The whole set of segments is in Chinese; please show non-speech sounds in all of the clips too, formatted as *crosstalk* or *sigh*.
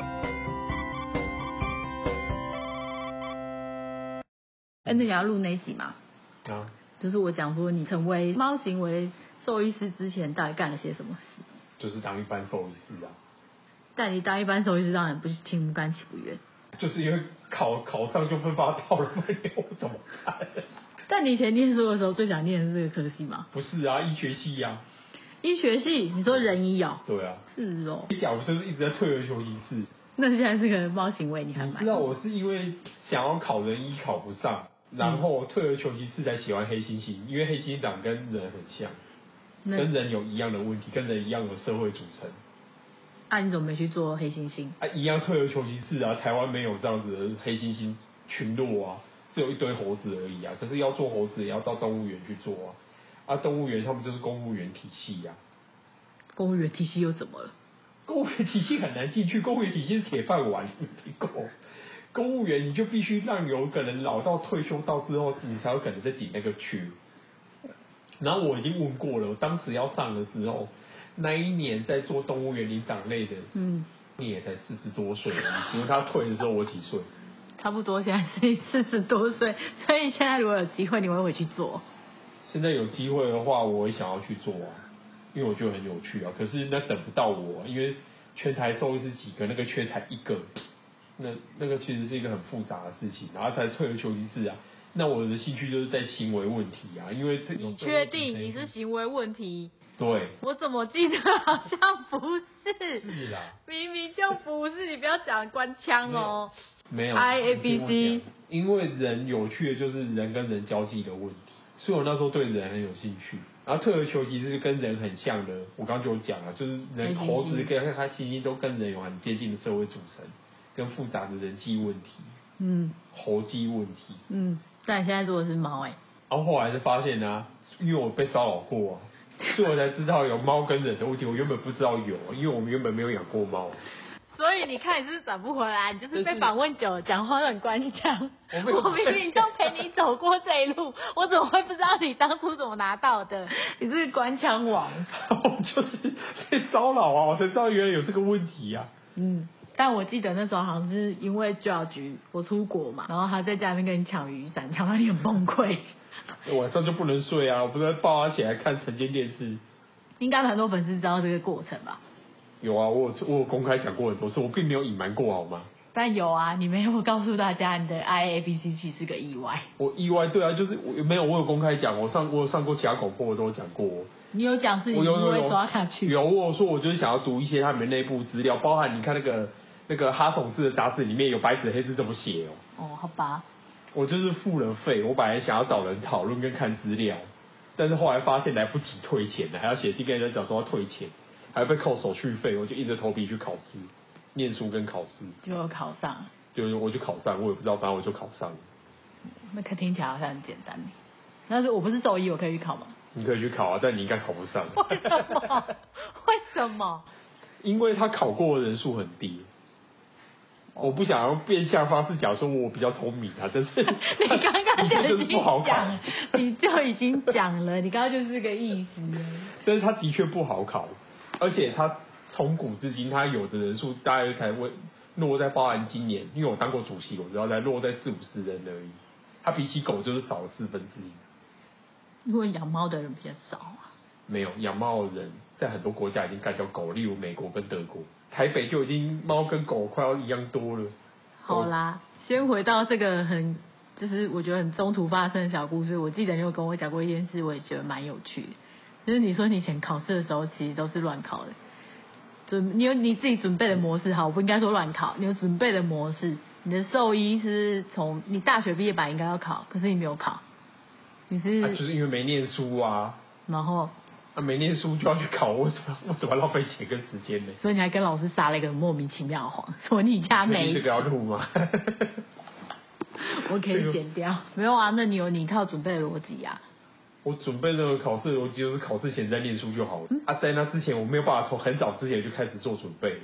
嗯恩德雅路哎那一集嘛，啊，就是我讲说你成为猫行为兽医师之前到底干了些什么事。就是当一般兽医师啊，但你当一般兽医师让人不心不甘情不愿。就是因为考考上就分发 *laughs* 到了，没有怎么办？但你以前念书的时候最想念的是这个科系吗？不是啊，医学系呀、医学系，你说人医哦啊，、对啊，是哦，你讲我就是一直在退而求其次，那现在这个猫行为你还你买知？道我是因为想要考人医考不上，然嗯后退而求其次才喜欢黑猩猩，因为黑猩猩长跟人很像，那跟人有一样的问题，跟人一样有社会组成，啊，你怎么没去做黑猩猩？啊，一样退而求其次啊，台湾没有这样子的黑猩猩群落啊，只有一堆猴子而已啊，可是要做猴子也要到动物园去做啊，啊，动物园他们就是公务员体系呀、公务员体系又怎么了？公务员体系很难进去，公务员体系是铁饭碗，你够。公务员你就必须让有可能老到退休到之后，你才有可能再顶那个区。然后我已经问过了，我当时要上的时候，那一年在做动物园领长类的，嗯，你也才四十多岁，啊你请问他退的时候我几岁？差不多现在是四十多岁，所以现在如果有机会，你会回去做？现在有机会的话，我也想要去做啊，因为我觉得很有趣啊。可是那等不到我、因为全台兽医师几个，那个缺才一个，那那个其实是一个很复杂的事情，然后才退而求其次啊。那我的兴趣就是在行为问题啊，因为这种你确定你是行为问题？对我怎么记得好像不是？是啦，明明就不是，你不要讲官腔哦。没有 I A 你听 B 我 C 讲因为人有趣的就是人跟人交际的问题，所以我那时候对人很有兴趣。然后退而求其次，跟人很像的，我刚刚就有讲了，就是人黑猩猩猴子跟他猩猩都跟人有很接近的社会组成，跟复杂的人际问题、嗯猴际问题。嗯，但你现在做的是猫哎、然后后来就发现啊，因为我被骚扰过啊，所以我才知道有猫跟人的问题。我原本不知道有，啊因为我们原本没有养过猫。所以你看你是不是转不回来，你就是被但是访问久了，讲话都很官腔。我没有我明明就陪你走过这一路，我怎么会不知道你当初怎么拿到的？你是官腔王。我就是被骚扰啊，我才知道原来有这个问题啊。嗯，但我记得那时候好像是因为 George 我出国嘛，然后他在家里面跟你抢雨伞，抢到你很崩溃。晚上就不能睡啊！我不是抱他起来看晨间电视。应该很多粉丝知道这个过程吧？有啊，我有我有公开讲过很多次，我并没有隐瞒过好吗？但有啊，你没有告诉大家你的 I A B C 其实是个意外。我意外，对啊，就是我没有，我有公开讲，我上我有上过其他广播，我都有讲过。你有讲自己我有不有会有抓下去，有我有说，我就是想要读一些他们内部资料，包含你看那个那个哈统治的杂志里面有白纸黑字怎么写哦。哦，好吧，我就是付了费，我本来想要找人讨论跟看资料，但是后来发现来不及退钱了，还要写信跟人家讲说要退钱，还要被扣手续费，我就硬着头皮去考试，念书跟考试，就有考上了。就是我就考上，我也不知道，反正我就考上了。那可听起来好像很简单。但是我不是兽医，我可以去考吗？你可以去考啊，但你应该考不上， *laughs* 为什么？为什么？因为他考过的人数很低。我不想用变相方式讲说我比较聪明啊，但是 *laughs* 你刚 *laughs* 刚就就已是经不好考讲，，你就已经讲了，你刚刚就是个意思了。但是他的确不好考，而且他从古至今，他有的人数大概才会落在包含今年，因为我当过主席，我知道才落在四五十人而已。他比起狗就是少了四分之一。因为养猫的人比较少啊。没有养猫的人，在很多国家已经干掉狗，例如美国跟德国，台北就已经猫跟狗快要一样多了。好啦，哦先回到这个很，就是我觉得很中途发生的小故事。我记得你有跟我讲过一件事，我也觉得蛮有趣的。就是你说你以前考试的时候，其实都是乱考的。准，你有你自己准备的模式，好，我不应该说乱考，你有准备的模式。你的兽医是从你大学毕业版应该要考，可是你没有考，你是、啊就是因为没念书啊，然后，啊没念书就要去考，为什么为什么要浪费钱跟时间呢？所以你还跟老师撒了一个莫名其妙的谎，说你家 *laughs* 确定啊没这个要录吗？我可以剪掉。没有啊，那你有你一套准备的逻辑啊。我准备那个考试的逻辑就是考试前在念书就好了。啊，在那之前我没有办法从很早之前就开始做准备了。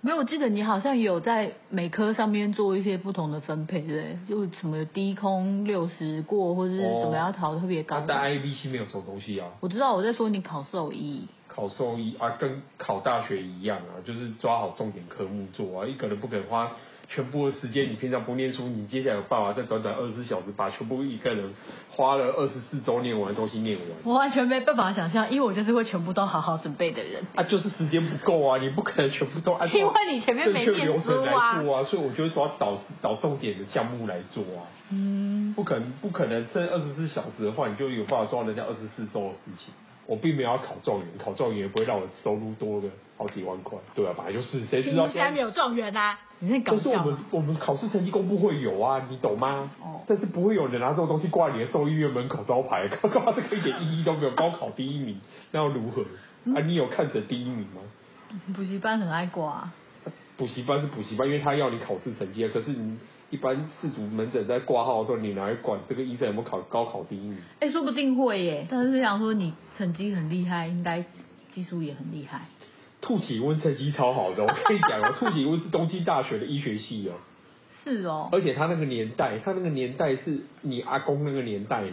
没有，我记得你好像有在每科上面做一些不同的分配，对不对？就什么低空六十过，或者是什么要考特别高啊，的。但 I B C 没有这种东西啊，我知道我在说你考兽医，考兽医啊，跟考大学一样啊，就是抓好重点科目做啊，一个人不可能花全部的时间你平常不念书，你接下来有办法在短短二十四小时把全部一个人花了二十四周念完的东西念完。我完全没办法想象，因为我就是会全部都好好准备的人。啊，就是时间不够啊，你不可能全部都按照因为你前面正没确流念书程来啊。做啊，所以我觉得主要导导重点的项目来做啊，嗯，不可能不可能这二十四小时的话，你就有办法做到人家二十四周的事情。我并没有要考状元，考状元也不会让我收入多个好几万块，对啊，本来就是，谁知新道竹现在山没有状元啊！你在搞但是我笑们吗？我们考试成绩公布会有啊，你懂吗？哦但是不会有人拿这种东西挂你的兽医院门口招牌， *laughs* 搞搞这个一点意义都没有。高考第一名，那又如何？嗯啊，你有看着第一名吗？补习班很爱挂、啊，补习班是补习班，因为他要你考试成绩啊。可是你一般四组门诊在挂号的时候，你哪会管这个医生有没有考高考第一名？哎、说不定会耶。但是想说你成绩很厉害，应该技术也很厉害。兔启温成绩超好的，我跟你讲哦，兔启温是东京大学的医学系哦，是哦，而且他那个年代，他那个年代是你阿公那个年代呢。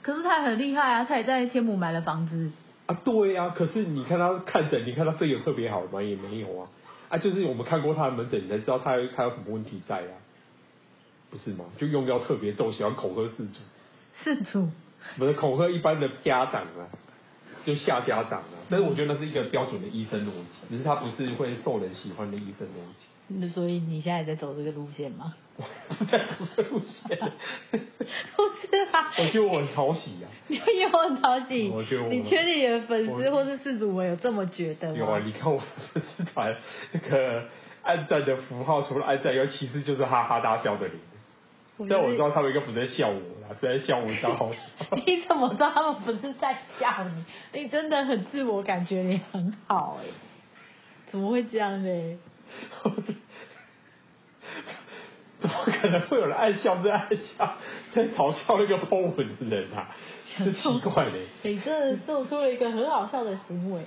可是他很厉害啊，他也在天母买了房子。啊，对啊，可是你看他看诊，你看他肺有特别好吗？也没有啊。啊，就是我们看过他的门诊，你才知道他他有什么问题在啊，不是吗？就用药特别重，喜欢恐吓事主，是主，不是恐吓一般的家长啊，就吓家长啊。但是我觉得那是一个标准的医生逻辑，只是他不是会受人喜欢的医生逻辑。那所以你现在也在走这个路线吗？ *laughs* *laughs* 我不在不在路线，不是啊，我觉得我很讨喜啊。你有很讨喜。我觉得我你确定你的粉丝我或是事主们有这么觉得吗？有啊，你看我粉丝团那个按赞的符号，除了按赞以外，其实就是哈哈大笑的脸。我觉得但我知道他们应该不是在笑我啦，是在笑我当好笑。你 *laughs* 怎么知道他们不是在笑你？你真的很自我感觉你很好哎、怎么会这样呢？怎么可能会有人爱笑在爱笑在嘲笑那个 po 文的人啊？这奇怪嘞、你真的做出了一个很好笑的行为。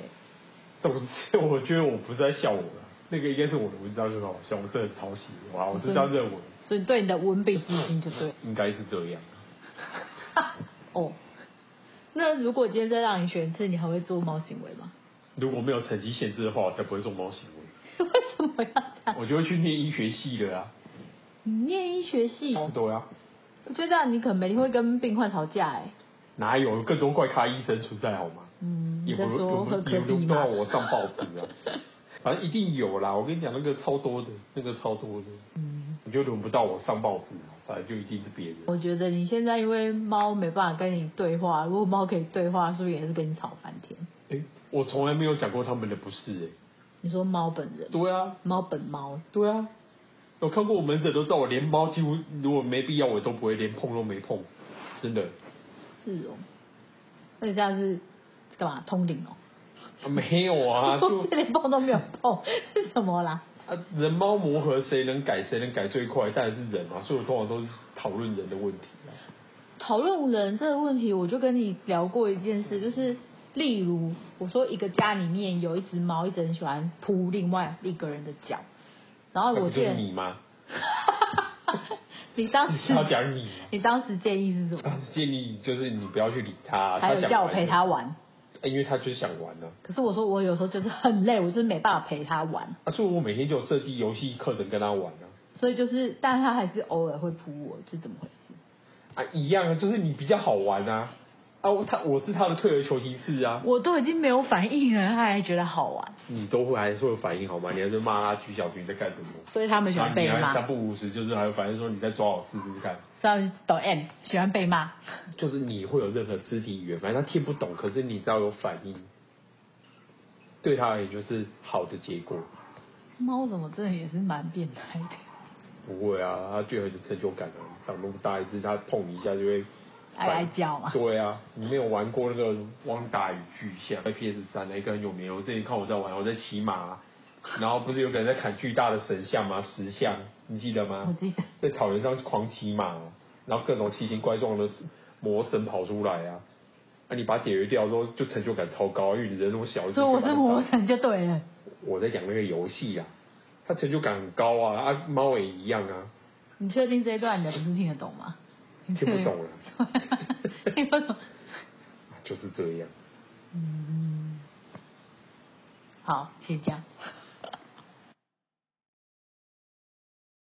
总之，我觉得我不是在笑我啦，那个应该是我的文章很好笑，我是很讨喜的哇，我是这样认为，所以你对你的文笔自信就 *laughs* 对了。应该是这样。哦，那如果今天再让你选一次，你还会做猫行为吗？ *laughs* 如果没有成绩限制的话，我才不会做猫行为，为什么要这样？我就会去念医学系的啊。你念医学系，对啊，我觉得这样你可能每天会跟病患吵架哎、哪有更多怪咖医生存在好吗？嗯，你也在不是说不喝是可也比轮不吗到？我上报纸 *laughs* 啊，反正一定有啦。我跟你讲，那个超多的，那个超多的，嗯，你就轮不到我上报纸啊，反正就一定是别人。我觉得你现在因为猫没办法跟你对话，如果猫可以对话，是不是也是跟你吵翻天？哎、我从来没有讲过他们的不是哎、你说猫本人，对啊，猫本猫，对啊，我看过我门诊都知道，我连猫几乎如果没必要我都不会，连碰都没碰，真的。是哦。那你这样是干嘛通灵哦？啊没有 *laughs* 啊，就是连碰都没有碰，是什么啦？啊人猫磨合，谁能改谁能改最快，当然是人啊。所以我通常都是讨论人的问题啊。讨论人这个问题，我就跟你聊过一件事，就是例如我说一个家里面有一只猫，一直很喜欢扑另外一个人的脚，然后那哦我哎不就觉得是你吗？ *laughs* 你当 *laughs* 你时是要讲你吗？你当时建议是什么？建议就是你不要去理还啊他，他有想叫我玩陪他玩，因为他就是想玩啊呢、可是我说我有时候就是很累，我就是没办法陪他玩，啊。所以我每天就有设计游戏课程跟他玩啊，所以就是，但他还是偶尔会扑我，这怎么回事？啊一样啊，就是你比较好玩啊。啊，我他我是他的退而求其次啊，我都已经没有反应了，他还觉得好玩，你都会还是会有反应好吗？你还是骂他徐小军在干什么？所以他们喜欢被啊然后你还骂，三所不五时就是还有反应说你在抓我试试看，以他们抖 M 喜欢被骂。就是你会有任何肢体语言，反正他听不懂，可是你只要有反应，对他而言就是好的结果。猫怎么真的也是蛮变态的，不会啊，他就很有成就感啊！长那么大一只，他碰你一下就会哀哀叫嘛。对啊，你没有玩过那个《汪达与巨像》在 PS 三的一个很有名。我之前看我在玩，我在骑马、然后不是有个人在砍巨大的神像吗？石像，你记得我吗？记得在草原上狂骑马、然后各种奇形怪状的魔神跑出来啊！那、你把它解决掉之后，就成就感超高，因为你人那么小，所以我是魔我神就对了。我在讲那个游戏啊，它成就感很高啊，啊猫也一样啊，你确定这一段你的粉丝听得懂吗？听不懂了，啊 *laughs* 对，听不懂。就是这样。嗯，好，先这样。